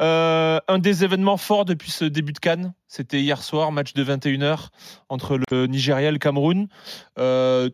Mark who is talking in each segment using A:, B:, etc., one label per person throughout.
A: Euh, un des événements forts depuis ce début de Cannes, c'était hier soir, match de 21h entre le Nigeria et le Cameroun. Euh,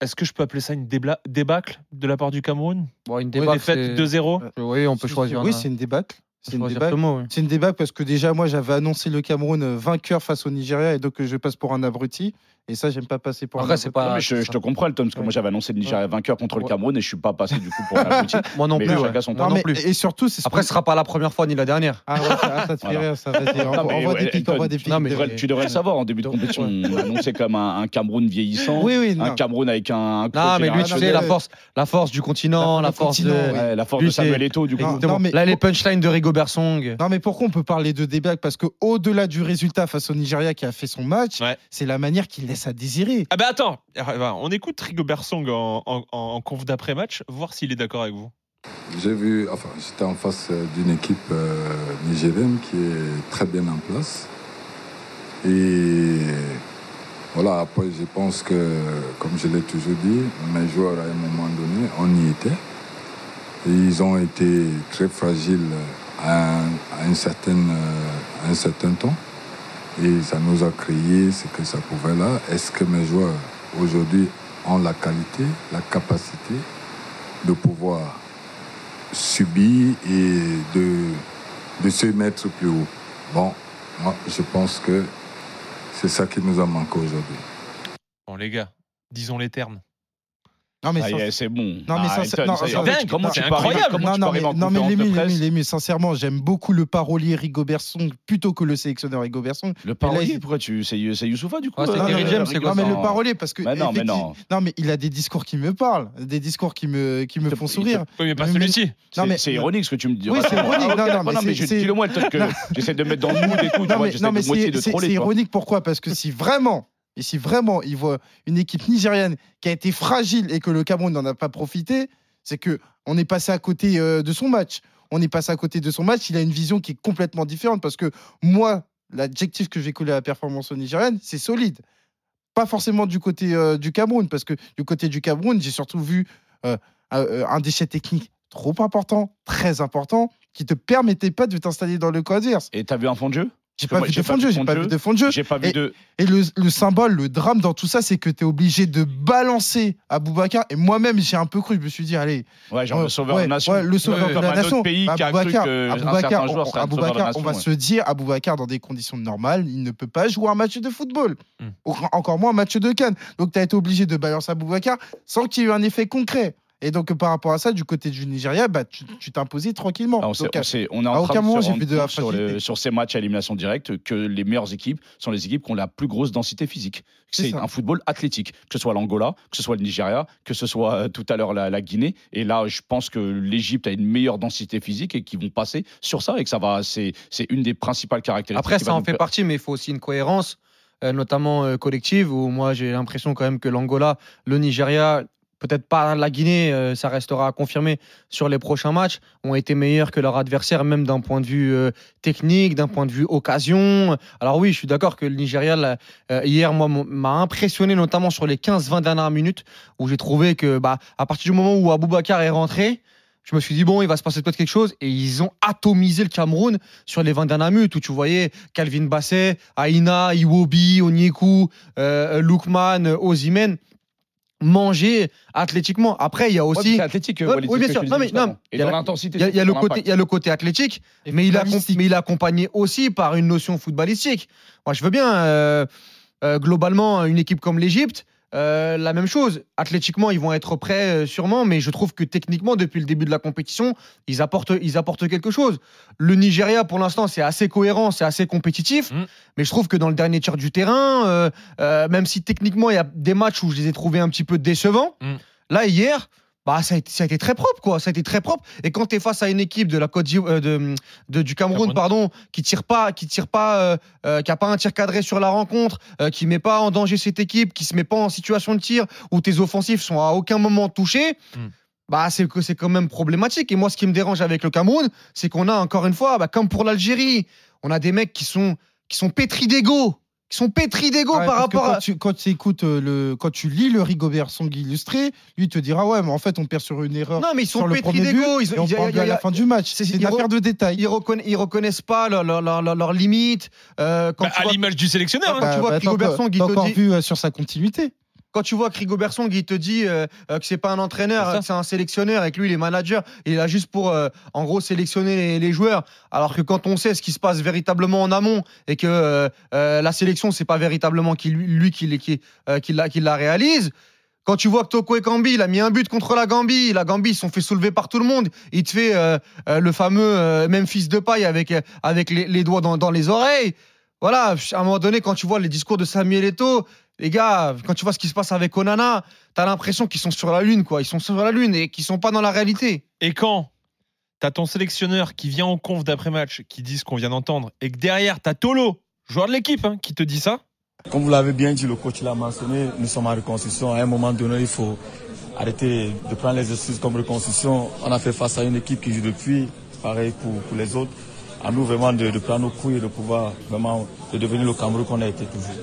A: Est-ce que je peux appeler ça une débla- débâcle de la part du Cameroun
B: Bon, une
A: Une
B: débat,
A: défaite 2-0
B: Oui, on peut choisir.
C: Oui,
B: un-
C: c'est une débâcle.
B: on peut
C: C'est une
B: choisir
C: débâcle.
B: ce mot, oui.
C: C'est une débat parce que déjà, moi, j'avais annoncé le Cameroun euh, vainqueur face au Nigeria et donc euh, je passe pour un abruti. Et ça, j'aime pas passer pour
B: Après,
C: un
B: c'est
C: abruti.
B: pas-
D: Non, mais je,
B: c'est
D: je te
B: ça.
D: comprends, le Tom, parce que
C: Ouais.
D: moi j'avais annoncé le Nigeria vainqueur contre le
B: Ouais.
D: Cameroun et je suis pas passé du coup pour un abruti.
B: Moi non
D: Mais
B: plus. ouais.
D: chacun son
B: Moi
D: temps.
C: Non,
B: non
C: mais-
B: plus.
C: Et surtout, c'est.
B: Après, ce sera pas la première fois ni la dernière.
C: Ah, ouais, ça, ah, ça te fait
D: Voilà.
C: rire, ça. Vas-y,
D: Non,
C: envoie
D: mais
C: envoie des
D: ouais,
C: pics,
D: Elton,
C: envoie des
B: tu
C: pics.
B: devrais-
D: Tu devrais, tu devrais le savoir en début de
C: Donc,
D: compétition. On annonçait comme un, un Cameroun vieillissant,
C: Oui, oui,
D: un
C: non.
D: Cameroun avec un. un
B: Non,
D: creux
B: mais lui, tu
C: non,
B: sais,
C: mais-
B: la force, la force du continent,
C: La
B: la
C: force
B: force
C: du
B: de.
C: continent,
D: Ouais, la force
B: Lui,
D: de Samuel
B: c'est-
D: Eto'o, du coup.
C: Non,
B: Exactement.
C: mais-
B: Là, les punchlines de Rigobert Song.
C: Non, mais pourquoi on peut parler de débâcle Parce que au-delà du résultat face au Nigeria qui a fait son match,
A: Ouais.
C: c'est la manière qu'il laisse à désirer.
A: Ah ben attends, Ah ben, on écoute Rigobert Song en, en, en- en conf d'après-match, voir s'il est d'accord avec vous.
E: J'ai vu, enfin, j'étais en face euh, d'une équipe euh, nigérienne qui est très bien en place. Et voilà, après, je pense que, comme je l'ai toujours dit, mes joueurs, à un moment donné, on y était. Et ils ont été très fragiles à un, à un certain, euh, à un certain temps. Et ça nous a créé ce que ça pouvait là. Est-ce que mes joueurs, aujourd'hui, ont la qualité, la capacité de pouvoir subir et de, de se mettre plus haut. Bon, moi, je pense que c'est ça qui nous a manqué aujourd'hui.
A: Bon les gars, disons les termes.
C: Non, mais
D: Ah,
C: sans-
D: yeah, c'est bon.
C: Non, mais
D: Ah,
C: ça,
D: Elton,
C: c'est- non,
D: ça y est.
C: ça,
D: En fait,
A: dingue,
D: comment
A: c'est
D: tu peux arriver-
A: incroyable.
D: comment
C: non,
D: tu
C: non,
D: peux
C: mais,
D: arriver en
C: non, mais
D: conférence de
C: Lémi,
D: presse
C: Lémi, Lémi, sincèrement, j'aime beaucoup le parolier Rigobert Song plutôt que le sélectionneur Rigobert Song. Et
D: Le
C: là,
D: parolier,
C: il-
D: pourquoi tu. C'est c'est Youssoufa, du coup
B: Ouais, c'est
D: euh,
C: Terry
D: euh,
B: James,
D: Rigo
B: c'est quoi
C: Non, mais
D: Sans-
C: le parolier, parce que.
D: Bah non, mais
C: effectivement-
D: non.
C: non, mais il a des discours qui me parlent, des discours qui me, qui me
D: te-
C: font
D: il te-
C: sourire.
A: Oui mais pas
C: Mais-
A: celui-ci.
C: Non,
D: C'est-
C: mais-
D: C'est ironique ce que tu me dis.
C: Oui, c'est
D: Raconte-moi.
C: ironique. Non, non,
D: Ah,
C: mais
D: mais
C: c'est-
D: je-
C: c'est-
D: dis-le-moi, Elton, que j'essaie de me mettre dans le mood et tout. tu
C: Non,
D: vois,
C: mais,
D: j'essaie
C: non, mais
D: de moitié
C: c'est
D: de
C: c'est-
D: troller.
C: c'est
D: tu vois.
C: ironique pourquoi Parce que si vraiment, et si vraiment il voit une équipe nigériane qui a été fragile et que le Cameroun n'en a pas profité, c'est que on est passé à côté euh, de son match. On est passé à côté de son match. Il a une vision qui est complètement différente parce que moi, l'adjectif que j'ai collé à la performance nigérienne, c'est solide. Pas forcément du côté euh, du Cameroun parce que du côté du Cameroun, j'ai surtout vu euh, un- euh, un déchet technique trop important, très important, qui te permettait pas de t'installer dans le camp adverse.
D: Et t'as vu un fond de jeu
C: J'ai
D: Parce
C: pas
D: que moi,
C: vu de fond de jeu, j'ai pas vu de fond de jeu.
D: J'ai pas vu de.
C: Et le, le symbole, le drame dans tout ça, c'est que tu es obligé de balancer Aboubacar. Et moi-même, j'ai un peu cru, je me suis dit, allez.
D: Ouais, genre
C: euh,
D: le sauveur de
C: ouais,
D: la nation.
C: ouais, le sauveur
D: Ouais,
C: de
D: comme
C: la
D: un autre
C: nation. Bah,
D: pays qui a cru
C: Aboubacar,
D: que un
C: Aboubacar,
D: certain
C: on,
D: joueur serait le sauveur de la
C: Aboubacar,
D: nation,
C: on va
D: ouais.
C: se dire, Aboubacar, dans des conditions normales, il ne peut pas jouer un match de football.
A: Hmm.
C: Encore- Encore moins un match de Cannes. Donc, tu as été obligé de balancer Aboubacar sans qu'il y ait eu un effet concret. Et donc, par rapport à ça, du côté du Nigeria, bah, tu tu t'imposais tranquillement.
D: Alors, Ah, on,
C: Donc,
D: sait- on sait- on est en
C: à
D: train
C: aucun
D: de se
C: moment, j'ai
D: rendre
C: vu de
D: compte
C: la
D: sur, le-
C: fragilité.
D: sur ces matchs à élimination directe que les meilleures équipes sont les équipes qui ont la plus grosse densité physique.
C: C'est
D: C'est
C: ça.
D: un football athlétique, que ce soit l'Angola, que ce soit le Nigeria, que ce soit euh, tout à l'heure la, la Guinée. Et là, je pense que l'Égypte a une meilleure densité physique et qu'ils vont passer sur ça et que ça va. C'est c'est une des principales caractéristiques.
B: Après,
D: qui
B: ça
D: va
B: en
D: nous
B: fait
D: per-
B: partie, mais il faut aussi une cohérence, euh, notamment euh, collective, où moi j'ai l'impression quand même que l'Angola, le Nigeria, peut-être pas la Guinée, euh, ça restera à confirmer sur les prochains matchs, ont été meilleurs que leurs adversaires, même d'un point de vue euh, technique, d'un point de vue occasion. Alors oui, je suis d'accord que le Nigeria, là, euh, hier, moi, m- m'a impressionné, notamment sur les 15-20 dernières minutes, où j'ai trouvé que bah, à partir du moment où Aboubacar est rentré, je me suis dit, bon, il va se passer peut-être quelque chose. Et ils ont atomisé le Cameroun sur les 20 dernières minutes où tu voyais Calvin Basset, Aina, Iwobi, Oniku, euh, Lukman, Ozimen manger athlétiquement. Après, il y a
D: Ouais, mais
B: aussi
D: c'est athlétique,
B: Ouais,
D: Walid,
B: oui,
D: c'est
B: bien
D: ce
B: sûr.
D: que je
B: Non,
D: disais
B: mais-
D: juste
B: non,
D: avant. Et
B: y a-
D: dans l'intensité,
B: il y a, il y a
D: surtout,
B: le
D: dans
B: côté,
D: l'impact.
B: il y a le côté athlétique, mais il, a,
C: footballistique.
B: mais il est accompagné aussi par une notion footballistique. Moi, je veux bien, euh, euh, globalement, une équipe comme l'Égypte, euh, la même chose. Athlétiquement, ils vont être prêts euh, sûrement, mais je trouve que techniquement, depuis le début de la compétition, ils apportent, ils apportent quelque chose. Le Nigeria, pour l'instant, c'est assez cohérent, c'est assez compétitif,
A: Mm.
B: mais je trouve que dans le dernier tiers du terrain, euh, euh, même si techniquement, il y a des matchs où je les ai trouvés un petit peu décevants,
A: Mm.
B: là, hier, bah, ça, a été, ça a été très propre, quoi. Ça a été très propre. Et quand tu es face à une équipe de la Côte d'Ivo- euh, de, de- du Cameroun,
A: Cameroun.
B: pardon, qui tire pas, qui tire pas, euh, euh, qui a pas un tir cadré sur la rencontre, euh, qui met pas en danger cette équipe, qui se met pas en situation de tir, où tes offensifs sont à aucun moment touchés.
A: Mm.
B: Bah, c'est que c'est quand même problématique. Et moi, ce qui me dérange avec le Cameroun, c'est qu'on a encore une fois, bah, comme pour l'Algérie, on a des mecs qui sont, qui sont pétris d'ego, qui sont pétris d'ego
C: Ouais,
B: par
C: parce que
B: rapport à.
C: quand tu, quand tu écoutes euh, le quand tu lis le Rigobert Song illustré, lui il te dira ouais mais en fait on perd sur une erreur
B: Non, mais ils sont
C: sur le
B: pétris
C: premier but
B: d'ego. Ils,
C: et on
B: ils-
C: prend un
B: ils-
C: but à la
B: ils-
C: fin du match.
B: c'est-
C: C'est
B: il
C: une
B: re-
C: affaire de détail.
B: ils, reconna- ils reconnaissent pas leurs leur, leur, leur- leurs limites. Euh, quand,
A: Bah,
B: tu
A: à
B: vois,
A: l'image du sélectionneur. hein.
B: Bah, tu vois que
C: t'as
B: Rigobert
C: encore-
B: Song, il
C: t'as
B: te
C: encore
B: dit-
C: vu euh, sur sa continuité.
B: quand tu vois que Rigobert Song, il te dit euh, euh, que c'est pas un entraîneur,
A: C'est ça.
B: euh, que c'est un sélectionneur et que lui, il est manager, il est là juste pour, euh, en gros, sélectionner les, les joueurs. Alors que quand on sait ce qui se passe véritablement en amont et que euh, euh, la sélection, c'est pas véritablement qui, lui, lui qui, l'est- qui, euh, qui la, qui la réalise. Quand tu vois que Toko et Kambi, il a mis un but contre la Gambie, la Gambie, ils se sont fait soulever par tout le monde. Il te fait euh, euh, le fameux euh, Memphis de paille avec, euh, avec les, les doigts dans, dans les oreilles. Voilà, à un moment donné, quand tu vois les discours de Samuel Eto'o, les gars, quand tu vois ce qui se passe avec Onana, t'as l'impression qu'ils sont sur la lune, quoi. Ils sont sur la lune et qu'ils sont pas dans la réalité.
A: Et quand t'as ton sélectionneur qui vient en conf d'après-match, qui dit ce qu'on vient d'entendre, et que derrière t'as Tolo, joueur de l'équipe, hein, qui te dit ça,
F: Comme vous l'avez bien dit, le coach l'a mentionné, nous sommes en reconstruction. À un moment donné, il faut arrêter de prendre les excuses comme reconstruction. On a fait face à une équipe qui joue depuis, pareil pour, pour les autres. À nous vraiment de, de prendre nos couilles et de pouvoir vraiment de devenir le Cameroun qu'on a été toujours.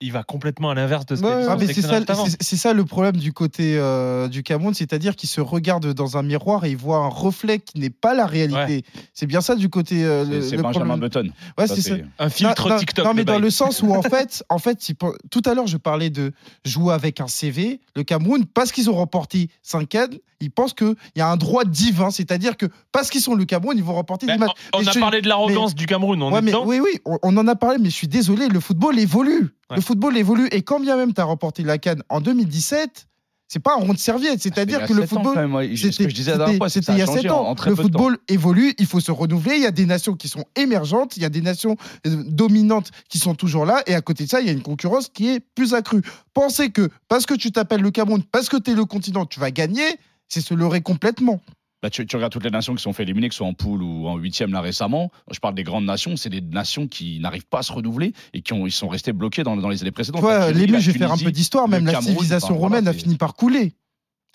A: il va complètement à l'inverse de ce
C: Ouais,
A: qu'il
C: ouais,
A: a
C: Ah, mais
A: dit.
C: c'est ça, c'est- c'est ça le problème du côté euh, du Cameroun, c'est-à-dire qu'ils se regardent dans un miroir et ils voient un reflet qui n'est pas la réalité. C'est bien ça du côté euh, le,
D: C'est c'est
C: le
D: Benjamin
C: problème.
D: Button.
C: Ouais,
D: Ça,
C: c'est ça.
D: c'est-
A: Un filtre
C: Non, non,
A: TikTok.
C: Non,
A: le
C: mais dans
A: bail.
C: le sens où en fait, en fait, si pour- tout à l'heure je parlais de jouer avec un CV. Le Cameroun, parce qu'ils ont remporté 5 cannes, ils pensent qu'il y a un droit divin, c'est-à-dire que parce qu'ils sont le Cameroun, ils vont remporter
A: Bah,
C: des matchs.
A: on
C: Mais
A: on a
C: je-
A: parlé de l'arrogance du Cameroun, on
C: Ouais,
A: est
C: mais-
A: dedans.
C: oui, oui, on, on en a parlé, mais je suis désolé, le football évolue.
A: Ouais.
C: Le football évolue. Et quand bien même tu as remporté la Cannes en 2017, c'est pas un rond de serviette.
D: C'était Ah, il y
C: C'est-à-dire
D: a
C: que le
D: sept ans,
C: football.
D: quand même, ouais. C'est ce que je disais la dernière
C: c'était-
D: fois, c'est que
C: c'était il y a
D: ça a
C: 7
D: changé en-
C: ans.
D: en très
C: Le
D: peu de temps.
C: football évolue, il faut se renouveler. Il y a des nations qui sont émergentes, il y a des nations euh, dominantes qui sont toujours là. Et à côté de ça, il y a une concurrence qui est plus accrue. Penser que parce que tu t'appelles le Cameroun, parce que tu es le continent, tu vas gagner, c'est se leurrer complètement.
D: Bah, tu, tu regardes toutes les nations qui sont fait éliminer, que ce soit en poule ou en huitième là récemment. Je parle des grandes nations, c'est des nations qui n'arrivent pas à se renouveler et qui ont, ils sont restés bloqués dans, dans les années
C: Tu
D: précédentes. La
C: vois,
D: Tunisie,
C: l'ému,
D: la
C: je vais faire un
D: Tunisie,
C: peu d'histoire.
D: le
C: Même la
D: Cameroun,
C: civilisation
D: enfin, voilà,
C: romaine a
D: c'est-
C: fini par couler.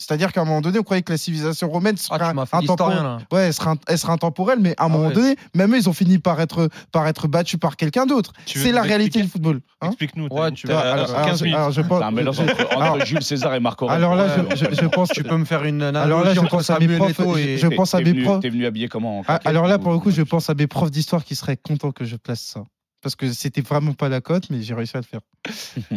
C: C'est-à-dire qu'à un moment donné, on croyait que la civilisation romaine serait
B: Ah, tu m'as fait
C: intemporelle.
B: l'historien, là.
C: Ouais, elle serait, int- elle serait intemporelle, mais à un
B: Ah
C: moment
B: ouais.
C: donné, même eux, ils ont fini par être, par être battus par quelqu'un d'autre.
A: Tu veux
C: C'est la
A: nous
C: réalité
A: expliquer
C: du football. hein
A: Explique-nous. t'as-
B: Ouais, tu
A: t'as-
B: vois,
A: alors,
B: alors,
A: 15
C: je-
A: minutes.
C: alors, je pense-
D: C'est un mélange entre, entre
C: Alors-
D: Jules César et Marc Aurèle.
C: alors là,
D: Ouais,
C: je, je- je pense que-
B: euh, Tu peux me faire une analogie
C: Alors là, je
B: entre
C: pense à mes
B: Samuel
C: profs,
B: Eto'o
C: je-
B: et-
C: je-
D: t'es-
C: pense à
D: t'es
C: mes
D: venu-
C: profs.
D: T'es venu habillé comment en
C: Ah,
D: claquette
C: alors là,
D: ou-
C: pour le coup, je pense à mes profs d'histoire qui seraient contents que je place ça. Parce que c'était vraiment pas la cote, mais j'ai réussi à le faire.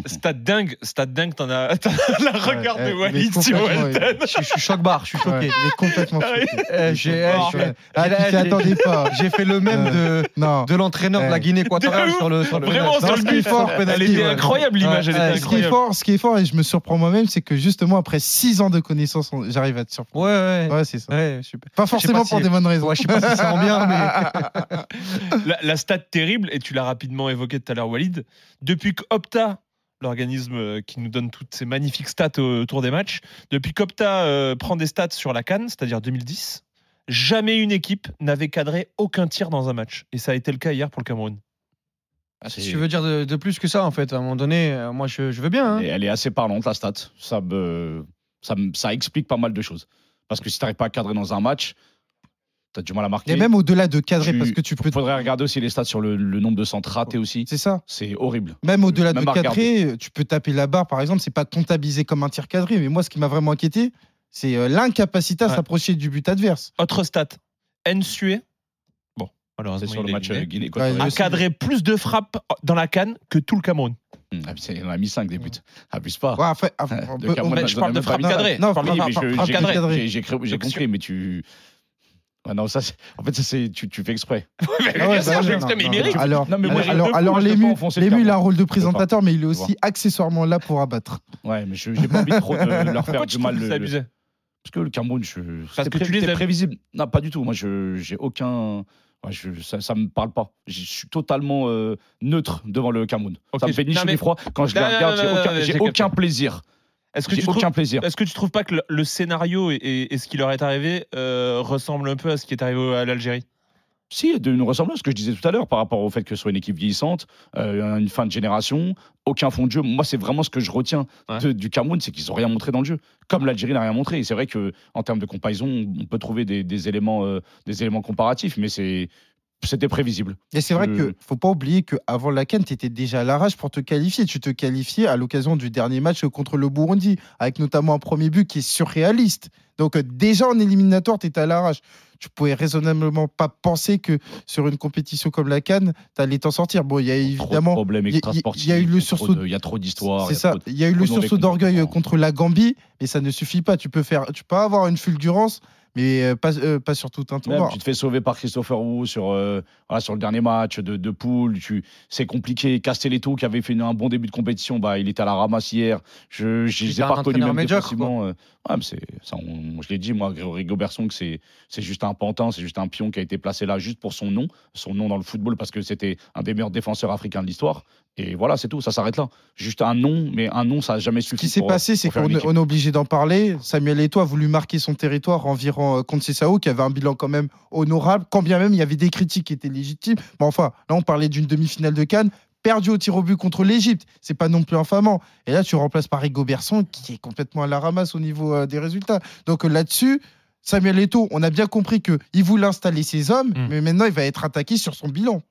A: Stade dingue, stade dingue, t'en as, t'en as la regard
C: Ouais,
A: de
C: ouais,
A: Walid Ah,
C: mais
A: sur
C: complètement,
A: Walton.
C: ouais.
B: Je suis- je suis choc barre, je suis choqué.
C: Ouais, mais complètement choqué.
B: Euh, j'ai- eh,
C: Ah,
B: je-
C: ouais.
B: j'ai-
C: Ah, tu t'y
B: j'ai-
C: attendais pas.
B: J'ai fait le même de,
C: Non.
B: de l'entraîneur de la
C: Ouais.
B: Guinée équatoriale
A: De
B: sur le, sur le
A: Vraiment,
B: pénalty.
A: sur le
C: ce qui est
A: but.
C: fort,
A: Elle
C: penalty,
A: était
C: ouais.
A: incroyable, l'image, elle
B: Ouais,
A: était
C: Ce qui est
A: incroyable.
C: fort, ce qui est fort, et je me surprends moi-même, c'est que justement après 6 ans de connaissances, on- j'arrive à te surprendre.
B: Ouais, ouais.
C: Ouais, c'est ça.
B: Ouais, super.
C: Pas
B: sais pas
C: forcément
B: si-
C: pour des bonnes raisons.
B: Ouais, je sais pas si ça rend bien, mais.
A: La, la stat terrible, et tu l'as rapidement évoqué tout à l'heure, Walid, depuis que Opta, l'organisme euh, qui nous donne toutes ces magnifiques stats au- autour des matchs, depuis qu'Opta euh, prend des stats sur la Cannes, c'est-à-dire 2010, jamais une équipe n'avait cadré aucun tir dans un match. Et ça a été le cas hier pour le Cameroun.
D: Ah, c'est-
B: Tu veux dire de, de plus que ça, en fait. À un moment donné, euh, moi, je, je veux bien. hein.
D: Et elle est assez parlante, la stat. Ça, me- ça, me- ça explique pas mal de choses. Parce que si t'arrives pas à cadrer dans un match, t'as du mal à marquer.
C: Et même au-delà de cadrer,
D: Tu-
C: parce que tu peux.
D: Faudrait regarder aussi les stats sur le, le nombre de centres ratés aussi.
C: C'est ça.
D: C'est horrible.
C: Même au-delà de
D: Même à
C: cadrer, tu peux taper la barre, par exemple, c'est pas comptabilisé comme un tir cadré, mais moi, ce qui m'a vraiment inquiété, c'est euh, l'incapacité à
A: Ouais.
C: s'approcher du but adverse.
A: Autre stat, Nsue, bon, malheureusement,
D: C'est sur
A: il
D: le
A: est
D: match
A: éliminé,
D: euh, Guinée.
C: Ouais,
A: a
C: aussi.
A: cadré plus de frappes dans la Cannes que tout le Cameroun.
D: Mmh, Il en a mis 5 des buts. Abuse pas.
C: Ouais, enfin, enfin,
D: Ah. Ouais,
C: on
D: de
C: peut-
D: Cameroun,
C: on-
A: Mais
D: bah,
A: je
D: je
A: parle de
D: donne même pas
A: frappe
D: une
A: cadrée.
C: Non,
A: Je parle
D: Oui,
A: de
D: mais
A: frappe-
D: je-
A: frappe
D: j'ai-
A: cadrée.
C: cadré.
D: j'ai- j'ai cru- j'ai
A: Donc,
D: compris, mais tu. Ah non, ça, c'est- en fait, ça, c'est- tu, tu fais exprès.
A: Mais
C: Ah ouais,
A: bien sûr,
C: bah,
A: je
C: non,
A: l'exprime,
C: non,
A: il
C: non,
A: mérite.
C: non. Alors,
D: Non, mais moi,
C: alors-
D: je le
C: alors,
D: fous, moi, je le fais
C: l'ému,
D: enfoncer le
C: l'ému, il a un
D: Cameroun.
C: rôle de
D: pas.
C: présentateur, mais il est
D: Je veux
C: aussi accessoirement là pour abattre.
D: Ouais, mais je j'ai pas envie trop de leur faire
A: Pourquoi
D: du
A: tu trouves
D: mal.
A: que
D: le-
A: c'est
D: le-
A: abusé
D: Parce que le Cameroun, je.
A: Parce
D: c'était
A: que
D: pré-
A: tu les
D: c'était
A: aimes.
D: prévisible. Non, pas du tout. Moi, je j'ai aucun. ouais, je- ça, ça me parle pas. Je suis totalement euh, neutre devant le Cameroun.
A: Ok,
D: Ça me fait ni
A: non,
D: chaud
A: mais-
D: ni froid. Quand je
A: Non,
D: les
A: non,
D: regarde,
A: non,
D: j'ai
A: non,
D: aucun-
A: non, j'ai
D: j'ai
A: capté.
D: aucun plaisir.
A: Est-ce que
D: J'ai
A: tu trouves
D: aucun plaisir.
A: Est-ce que tu trouves pas que le- le scénario et, et- et ce qui leur est arrivé euh, ressemble un peu à ce qui est arrivé à l'Algérie
D: Si, de nous ressembler à ce que je disais tout à l'heure par rapport au fait que ce soit une équipe vieillissante, euh, une fin de génération, aucun fond de jeu. Moi, c'est vraiment ce que je retiens
A: Ouais.
D: de- du Cameroun, c'est qu'ils n'ont rien montré dans le jeu, comme l'Algérie n'a rien montré. Et c'est vrai que en termes de comparaison, on peut trouver des, des éléments, euh, des éléments comparatifs, mais c'est c'était prévisible.
C: Et c'est vrai
D: Euh.
C: que faut pas oublier qu'avant la Cannes, tu étais déjà à l'arrache pour te qualifier. Tu te qualifiais à l'occasion du dernier match contre le Burundi, avec notamment un premier but qui est surréaliste. Donc euh, déjà en éliminatoire, tu étais à l'arrache. Tu pouvais raisonnablement pas penser que sur une compétition comme la Cannes, tu allais t'en sortir. Bon, il y a
D: Trop de
C: évidemment...
D: problèmes
C: il y a-
D: extrasportifs,
C: il y a eu le
D: trop
C: sursaut
D: de- Il y a trop d'histoires.
C: C'est
D: il y a
C: ça,
D: trop de-
C: il y a eu
D: trop
C: le
D: de mauvais
C: sursaut d'orgueil euh,
D: comportements.
C: contre la Gambie, mais ça ne suffit pas. Tu peux, faire, tu peux avoir une fulgurance, mais euh, pas, euh, pas sur tout un
D: Même,
C: tournoi.
D: tu te fais sauver par Christopher Wu sur, euh, voilà, sur le dernier match de, de poule. Tu, c'est compliqué. Castelletto, qui avait fait une- un bon début de compétition, bah, il était à la ramasse hier. Je je les
B: C'était
D: ai
B: un
D: pas reconnus
B: entraîneur
D: même
B: médiocre,
D: défensivement. euh. Ouais, mais c'est, ça, on- je l'ai dit, moi, Grégory Goberson, que c'est, c'est juste un pantin, c'est juste un pion qui a été placé là juste pour son nom. Son nom dans le football, parce que c'était un des meilleurs défenseurs africains de l'histoire. Et voilà, c'est tout. Ça s'arrête là. Juste un nom, mais un nom, ça n'a jamais
C: Ce
D: suffi.
C: qui s'est
D: pour-
C: passé, c'est
D: pour faire
C: qu'on
D: une
C: on est obligé d'en parler. Samuel Eto'o a voulu marquer son territoire environ euh, contre Sessao, qui avait un bilan quand même honorable, quand bien même il y avait des critiques qui étaient légitimes. Mais enfin, là, on parlait d'une demi-finale de Cannes, perdue au tir au but contre l'Égypte. C'est pas non plus infamant. Et là, tu remplaces par Goberson, qui est complètement à la ramasse au niveau euh, des résultats. Donc euh, là-dessus. Samuel Eto'o, on a bien compris que il voulait installer ses hommes,
A: Mm.
C: mais maintenant il va être attaqué sur son bilan.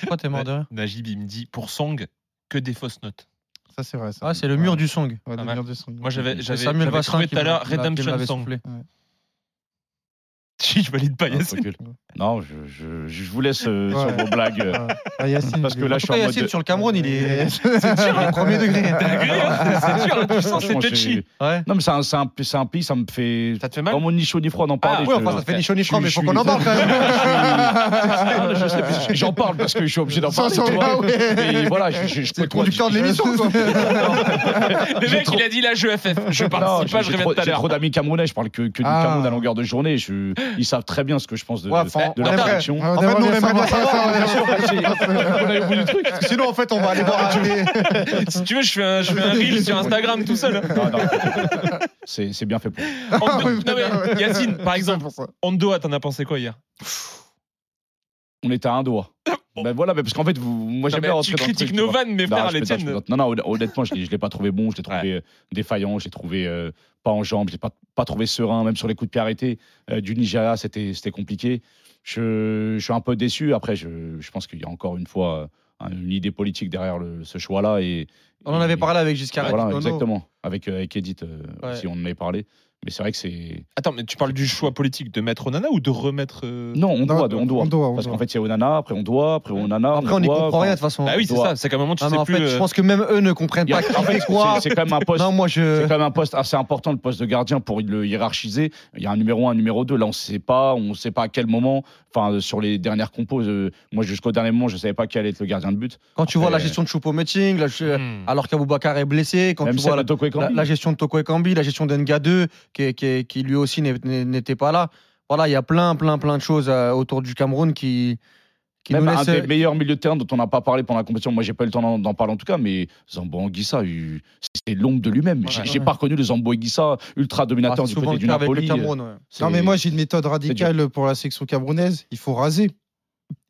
B: Pourquoi t'es mort de rire
A: Najib, il me dit pour Song, que des fausses notes.
C: Ça c'est vrai. ça.
B: Ah, c'est le mur
C: Ouais,
B: du song.
C: ouais, le
A: Ah ouais.
C: mur du son.
A: Moi, j'avais
B: C'est
A: j'avais-
B: Samuel
A: j'avais
B: Vasselin
A: trouvé
B: qui
A: tout à
B: me-
A: l'heure
B: qui me l'a- qui me
A: Redemption
B: l'avait
A: Song.
B: soufflé.
A: Si, je valide pas
D: équipe. Ah,
A: Yacine.
D: recule. Non, je, je, je vous laisse euh, sur
C: Ouais.
D: vos blagues. euh,
C: Ouais. Ah, Yacine,
D: Parce
C: il
D: que
C: est-
D: là, je suis
B: Pourquoi
D: en mode.
B: Yacine sur le Cameroun, il est.
C: C'est
B: C'est dur, il est premier degré.
A: T'as vu, hein
D: Ah,
A: C'est dur, la puissance, c'est
D: Franchement,
A: touchy.
D: j'ai-
B: Ouais.
D: Non, mais c'est un, c'est un- c'est un pays, ça me fait.
A: Ça te fait mal
D: Dans mon ni chaud ni froid d'en parler.
B: Oui,
D: je-
B: enfin, ça te fait ni chaud ni froid,
D: je-
B: mais
D: je
B: faut
D: suis-
B: qu'on en parle quand même.
D: Ah, je sais, mais J'en parle parce que je suis obligé d'en
C: Ça,
D: parler.
C: ça
D: tu
C: va,
D: vois.
C: ouais.
D: Et voilà, je, je, je
C: le
D: peux quoi-
C: conducteur de l'émission, quoi.
A: Le
D: J'ai
A: mec,
D: trop-
A: il a dit là, je FF. Je participe
D: Non, j'ai-
A: pas, je
D: j'ai
A: reviens
D: trop-
A: tout à
D: J'ai
A: l'heure.
D: trop d'amis camerounais, je parle que, que
C: Ah.
D: du Cameroun à longueur de journée. Je, ils savent très bien ce que je pense de,
B: Ouais,
D: de-
B: enfin,
D: de
B: on
D: leur
B: aimerait-
D: production.
C: Ah,
B: En fait, nous, on aimerait bien
C: savoir.
B: Parce que Sinon, en fait, on va aller voir un télé.
A: Si tu veux, je fais un, je fais un reel sur Instagram tout seul.
D: Ah, Non, non, c'est c'est bien fait pour eux.
A: Ondo-
C: oui,
A: non, mais
C: ouais.
A: Yacine, par exemple,
C: pour ça.
A: Andoa, t'en as pensé quoi hier
D: On était à un doigt.
A: Bon.
D: Ben voilà, mais parce qu'en fait, vous,
A: Non,
D: moi j'aime
A: mais
D: bien
A: Tu
D: rentrer dans le truc,
A: critiques
D: tu vois.
A: nos vannes, mais
D: Non,
A: frère,
D: je
A: les
D: plaisante,
A: tiennes.
D: je plaisante. non, non, hon- honnêtement, je ne l'ai pas trouvé bon, je l'ai trouvé euh, défaillant, je l'ai trouvé euh, pas en jambes, je l'ai pas, pas trouvé serein, même sur les coups de pied arrêtés euh, du Nigeria, c'était c'était compliqué. Je, je suis un peu déçu. Après, je, je pense qu'il y a encore une fois euh, une idée politique derrière le- ce choix-là. Et,
B: On en avait
D: et-
B: parlé avec Giscard.
D: voilà,
B: d'Estaing.
D: exactement. Avec, euh, avec Edith euh,
B: Ouais. Euh,
D: aussi, on en avait parlé. Mais c'est vrai que c'est.
A: Attends, mais tu parles du choix politique de mettre Onana ou de remettre. euh,
D: Non, on
C: Non,
D: doit, on doit.
C: on doit, on
D: Parce qu'en
C: doit.
D: fait, il y a Onana, après on doit, après Onana.
B: Après, on n'y
D: doit,
B: comprend
D: enfin,
B: rien de toute façon.
A: Bah oui, c'est
D: Dois.
A: ça. C'est qu'à un moment, tu
B: Non, mais
A: sais
B: en
A: plus.
B: fait, je
A: euh,
B: pense que même eux ne comprennent
D: il y a-
B: pas
D: en
B: qui
D: fait,
B: fait quoi.
D: c'est- c'est quand même un poste.
B: Non, moi,
D: C'est
B: je.
D: quand même un poste assez important, le poste de gardien, pour le hiérarchiser. Il y a un numéro 1, un numéro 2. Là, on ne sait pas, on sait pas à quel moment. Enfin, euh, sur les dernières compos, euh, moi, jusqu'au dernier moment, je ne savais pas qui allait être le gardien de but.
B: Quand tu vois la
D: Après-
B: gestion de Choupo-Moting, la ge-
A: hmm.
B: alors qu'Aboubacar est blessé, quand
D: Même
B: tu vois
D: celle
B: la,
D: de Toko Ekambi.
B: la- la gestion de Toko Ekambi, la gestion d'Enga 2, qui, qui- qui lui aussi n'est- n'est- n'était pas là. Voilà, il y a plein, plein, plein de choses euh, autour du Cameroun qui, qui
D: Même
B: nous
D: un
B: laissent.
D: des meilleurs milieux de terrain dont on n'a pas parlé pendant la compétition. Moi, j'ai pas eu le temps d'en- d'en parler en tout cas, mais Zambo Anguissa, il- c'est l'ombre de lui-même. J'ai
A: Ouais.
D: j'ai pas reconnu le Zambo Anguissa ultra
B: Ah,
D: dominateur
B: c'est
D: du
B: souvent
D: côté
B: le
D: du
B: cas avec le
D: Napoli. euh,
B: Cameroun. ouais.
D: C'est-
C: Non, mais moi, j'ai une méthode radicale pour la section camerounaise. Il faut raser.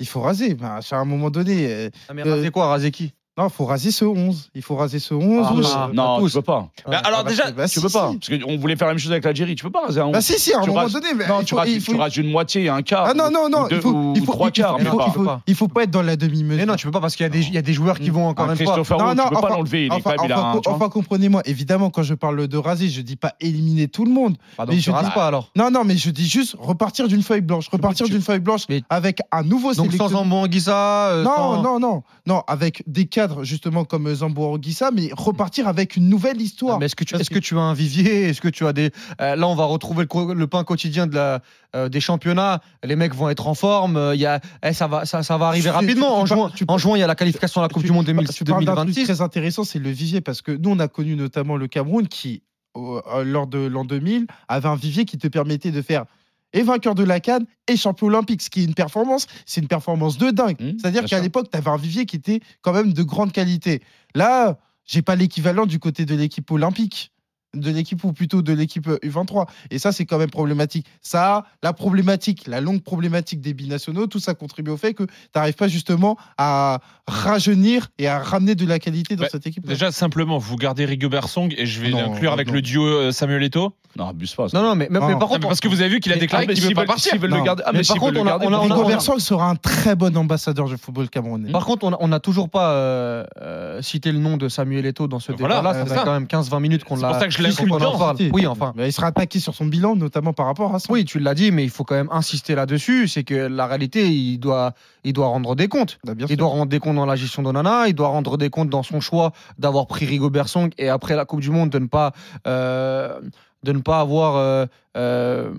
C: Il faut raser. Ben, à un moment donné, euh,
B: Ah, mais
C: Euh,
B: raser quoi Raser qui
C: non, il faut raser ce 11. Il faut raser ce 11.
B: Ah,
C: ou-
B: bah,
C: euh,
D: non, Eh ben,
C: tous.
D: tu peux pas.
A: Bah, alors,
B: Ah,
C: bah,
A: déjà,
C: si, bah,
D: Tu
C: si,
D: peux pas.
C: si.
D: Parce qu'on voulait faire la même chose avec l'algérie. Tu peux pas raser un
C: Bah
D: 11.
C: si, si, à un
D: Tu
C: moment
D: rases-
C: donné. mais
D: Non,
C: il
D: tu
C: faut-
D: rases-
C: il
D: tu
C: faut-
D: rases une moitié, un quart.
C: Ah non, non, non.
D: ou deux-
C: Il faut,
D: ou
C: il faut, il
D: trois
C: faut-
D: quarts,
C: il
D: mais
C: faut-
D: pas.
C: il faut- il faut pas être dans la
B: Mais
C: demi-mesure.
B: non, tu peux pas parce qu'il y, a des- il y a des joueurs qui
A: Hmm.
C: Mm.
B: vont encore
D: Encore
B: une fois.
D: Christopher
C: Non,
D: Roux, tu
C: non,
D: peux
C: enfin-
D: pas l'enlever. Il est quand
C: Enfin,
D: même- il a
C: enfin,
D: un- tu vois.
C: enfin, comprenez-moi. Évidemment, quand je parle de raser, je dis pas éliminer tout le monde.
B: Bah,
C: Mais
B: donc,
C: je
B: tu rases
C: dis-
B: pas alors.
C: Non, non, mais je dis juste repartir d'une feuille blanche, repartir
B: tu-
C: d'une feuille blanche
B: Mais-
C: avec un nouveau
B: Donc sans
C: sélectionneur.
B: Zambo Anguissa. euh,
C: Non,
B: sans-
C: non, non, non, avec des cadres justement comme euh, Zambo Anguissa, mais repartir avec une nouvelle
B: Ah,
C: histoire.
B: mais est-ce que, tu-
C: Parce
B: est-ce que tu as un vivier Est-ce que tu as des Euh, Là, on va retrouver le, co- le pain quotidien de la, euh, des championnats. Les mecs vont être en forme. euh, Il y a... eh, ça va, ça, ça va arriver
C: Tu-
B: rapidement. en,
C: tu- tu par-
B: juin,
C: tu-
B: en juin, il y a la qualification à la Coupe
C: Tu-
B: du Monde
C: tu par-
B: 2000
C: tu parles d'un truc
B: 2026.
C: très intéressant, c'est le vivier, parce que nous, on a connu notamment le Cameroun qui, au- euh, lors de l'an 2000, avait un vivier qui te permettait de faire et vainqueur de la Cannes et champion olympique, ce qui est une performance, c'est une performance de dingue.
D: Mmh,
C: C'est-à-dire
D: bien
C: qu'à
D: sûr.
C: l'époque, tu avais un vivier qui était quand même de grande qualité. Là, j'ai pas l'équivalent du côté de l'équipe olympique. de l'équipe ou plutôt de l'équipe euh, U23. Et ça, c'est quand même problématique. Ça, la problématique, la longue problématique des binationaux, tout ça contribue au fait que tu n'arrives pas justement à rajeunir et à ramener de la qualité dans
A: Bah,
C: cette équipe.
A: Déjà, simplement, vous gardez Rigobert Song et je vais
C: Non,
A: l'inclure avec
C: non.
A: le duo euh, Samuel Eto'o.
D: Non, abuse pas. ça.
B: Non, non, mais, mais- mais
C: Non.
B: par
A: Non,
B: contre,
A: Ah, mais parce que vous avez vu qu'il a
B: Mais-
A: déclaré
D: mais
A: qu'il
D: s'ils
A: veut pas
D: veulent-
A: partir.
D: s'ils veulent
C: Non.
D: le garder. Ah,
B: Mais
D: mais
B: par
D: s'ils
B: contre,
D: veulent le
B: on a-
D: garder,
B: on a-
D: pourquoi
C: Rigo
D: pas
C: Versant sera un très bon ambassadeur du football camerounais.
B: Par contre, on a- on n'a toujours pas euh, euh, cité le nom de Samuel Eto'o dans ce
A: Voilà,
B: débat-là.
C: euh,
B: ça
A: ça.
B: fait quand même 15-20 minutes qu'on
A: C'est
B: l'a.
A: pour ça que je
B: qu'on
A: l'insulte
B: en
A: tant.
B: parle. Oui, enfin.
C: Mais Il sera attaqué sur son bilan, notamment par rapport à ça.
B: Oui, tu l'as dit, mais il faut quand même insister là-dessus. C'est que la réalité, il doit, il doit rendre des comptes.
C: Bah, bien
B: Il
C: sûr.
B: doit rendre des comptes dans la gestion d'Onana, il doit rendre des comptes dans son choix d'avoir pris Rigobert Song et après la Coupe du Monde de ne pas, euh, de ne pas avoir euh, euh,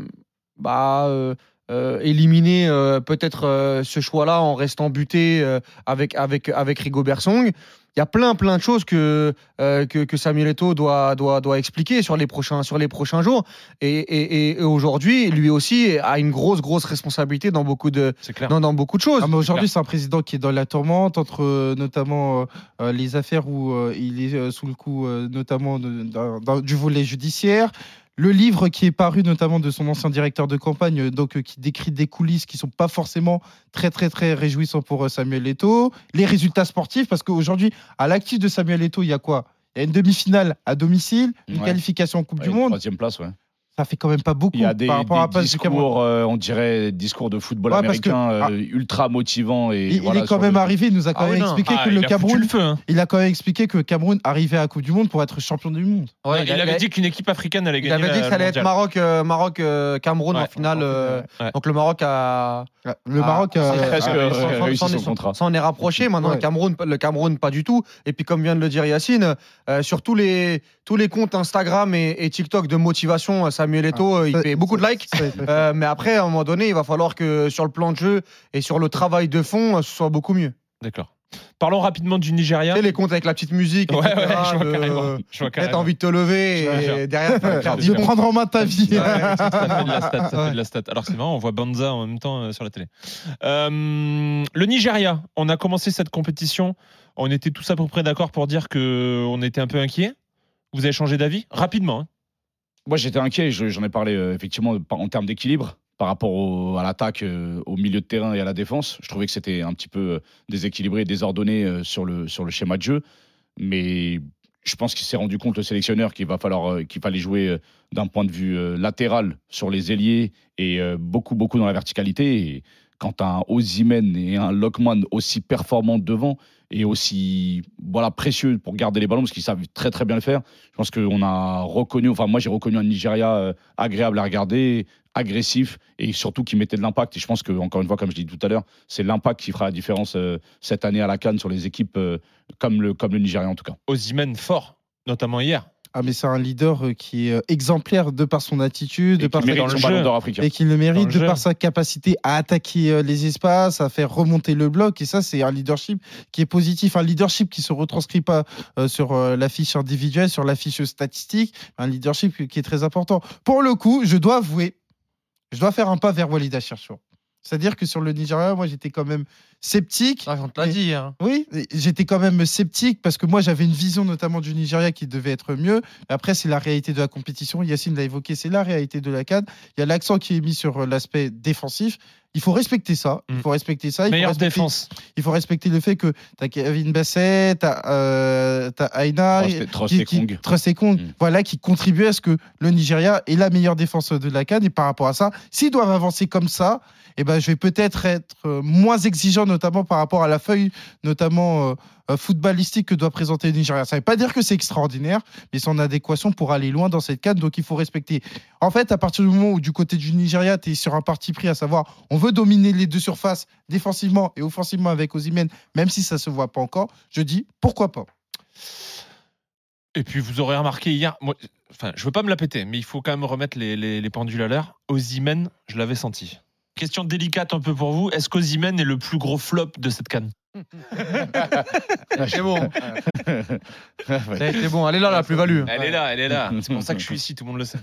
B: bah, euh, euh, éliminé euh, peut-être euh, ce choix-là en restant buté euh, avec, avec, avec Rigobert Song. Il y a plein, plein de choses que, euh, que, que Samuel Eto'o doit, doit, doit expliquer sur les prochains, sur les prochains jours. Et, et- et- et aujourd'hui, lui aussi a une grosse, grosse responsabilité dans beaucoup de,
A: C'est clair.
B: dans, dans beaucoup de choses.
C: Ah, mais aujourd'hui, c'est un président qui est dans la tourmente entre euh, notamment euh, euh, les affaires où euh, il est euh, sous le coup euh, notamment de- d'un- d'un- du volet judiciaire. Le livre qui est paru notamment de son ancien directeur de campagne, euh, donc euh, qui décrit des coulisses qui sont pas forcément très très très réjouissants pour euh, Samuel Eto'o. Les résultats sportifs, parce qu'aujourd'hui, à l'actif de Samuel Eto'o, il y a quoi Il y a une demi-finale à domicile, une
D: Ouais.
C: qualification en Coupe
D: Ouais,
C: du Monde.
D: Troisième place, ouais.
C: Ça fait quand même pas beaucoup
D: Il y a des,
C: par rapport à la
D: des
C: place du Cameroun.
D: discours, euh, on dirait discours de football
C: Ouais, parce que- ah.
D: américain euh, ultra motivant et
C: Il, il
D: voilà,
C: est quand
D: sur
C: même
D: le-
C: arrivé, il nous a quand
B: Ah oui,
C: même
B: non.
C: expliqué
A: Ah,
C: que le
A: il a foutu
C: Cameroun
A: le feu. hein.
C: Il a quand même expliqué que le Cameroun arrivait à la Coupe du Monde pour être champion du monde.
B: Ouais,
A: il,
B: a-
A: avait
B: a-
A: dit qu'une équipe africaine allait
B: Il
A: gagner.
B: avait dit
A: la-
B: que ça allait
A: le
B: être
A: mondial.
B: Maroc, euh, Maroc, euh, Cameroun
A: Ouais,
B: en finale. euh,
A: ouais.
B: Donc le Maroc a.
C: Le
B: a-
C: Maroc,
B: s'en-
C: euh,
D: c'est presque
C: a-
D: euh,
B: s'en- s'en-
D: réussi
B: s'en-
D: son
B: s'en-
D: contrat.
B: S'en est rapproché. Maintenant
C: Ouais.
B: le Cameroun, le Cameroun pas du tout. Et puis comme vient de le dire Yacine, euh, sur tous les tous les comptes Instagram et, et TikTok de motivation, Samuel Eto'o, euh, il
C: Ah. ça-
B: fait beaucoup de likes.
C: ça, ça-
B: Euh, mais après, à un moment donné, il va falloir que sur le plan de jeu et sur le travail de fond, euh, ce soit beaucoup mieux.
A: D'accord. Parlons rapidement du Nigeria.
B: Tu sais, les comptes avec la petite musique,
A: Ouais, ouais,
B: etc.,
A: je vois
B: le-
A: carrément. Je vois
B: Là, t'as
A: carrément.
B: envie de te
A: Je
B: lever et derrière, t'as un
C: de
B: cardio.
C: prendre en main ta vie.
B: Ouais.
A: ça fait de la stat, ça fait
B: Ouais.
A: de la stat. Alors c'est marrant, on voit Banza en même temps euh, sur la télé. Euh, le Nigeria, on a commencé cette compétition, on était tous à peu près d'accord pour dire que on était un peu inquiets. Vous avez changé d'avis rapidement. hein.
D: Moi, j'étais inquiet. je- J'en ai parlé euh, effectivement par- en termes d'équilibre par rapport au- à l'attaque, euh, au milieu de terrain et à la défense. Je trouvais que c'était un petit peu euh, déséquilibré, et désordonné euh, sur le sur le schéma de jeu. Mais je pense qu'il s'est rendu compte le sélectionneur qu'il va falloir euh, qu'il fallait jouer euh, d'un point de vue euh, latéral sur les ailiers et euh, beaucoup beaucoup dans la verticalité. Et quand un Ozymen et un Lockman aussi performants devant et aussi voilà précieux pour garder les ballons parce qu'ils savent très très bien le faire. Je pense qu'on a reconnu, enfin moi j'ai reconnu un Nigeria euh, agréable à regarder, agressif et surtout qui mettait de l'impact. Et je pense que encore une fois, comme je l'ai dit tout à l'heure, c'est l'impact qui fera la différence euh, cette année à la Cannes sur les équipes euh, comme le comme le Nigeria en tout cas.
A: Osimhen fort, notamment hier.
C: Ah, mais c'est un leader euh, qui est euh, exemplaire de par son attitude, de
D: Et
C: par
D: qui
C: sa-
A: dans
D: mérite
A: le
D: son
A: jeu.
D: ballon d'or africain.
C: et qui le
A: Dans
C: mérite
A: le
C: de
A: jeu.
C: par sa capacité à attaquer euh, les espaces, à faire remonter le bloc. Et ça, c'est un leadership qui est positif, un leadership qui se retranscrit pas euh, sur euh, l'affiche individuelle, sur l'affiche statistique, un leadership qui est très important. Pour le coup, je dois avouer, je dois faire un pas vers Walid Cherchour. C'est-à-dire que sur le Nigeria, moi, j'étais quand même sceptique.
B: Ah, on te l'a dit hier.
C: Oui, et j'étais quand même sceptique parce que moi j'avais une vision notamment du Nigeria qui devait être mieux. Après, c'est la réalité de la compétition. Yacine l'a évoqué, c'est la réalité de la CAN. Il y a l'accent qui est mis sur euh, l'aspect défensif. Il faut respecter ça. Il
A: Mm.
C: faut respecter ça. Il faut
A: Meilleure
C: respecter,
A: défense.
C: Il faut respecter le fait que t'as Kevin Basset, t'as euh, t'as Aina,
D: Trost- Trost
C: qui,
D: et
C: qui-
D: Kong.
C: Trost et Kong,
D: Mm.
C: voilà, qui contribue à ce que le Nigeria est la meilleure défense de la CAN. Et par rapport à ça, s'ils doivent avancer comme ça, eh ben, je vais peut-être être euh, moins exigeant, notamment par rapport à la feuille, notamment euh, euh, footballistique que doit présenter le Nigeria. Ça ne veut pas dire que c'est extraordinaire, mais c'est en adéquation pour aller loin dans cette CAN. Donc il faut respecter. En fait, à partir du moment où du côté du Nigeria, tu es sur un parti pris, à savoir, on veut dominer les deux surfaces défensivement et offensivement avec Osimhen, même si ça ne se voit pas encore, je dis pourquoi pas.
A: Et puis vous aurez remarqué hier, moi, enfin, je veux pas me la péter, mais il faut quand même remettre les, les- les pendules à l'heure. Osimhen, je l'avais senti. Question délicate un peu pour vous. Est-ce qu'Osimhen est le plus gros flop de cette canne
B: C'est bon.
D: Ouais.
B: C'est bon. Elle est là, la plus-value.
A: Elle est là, elle est là. C'est pour ça que je suis ici, tout le monde le sait.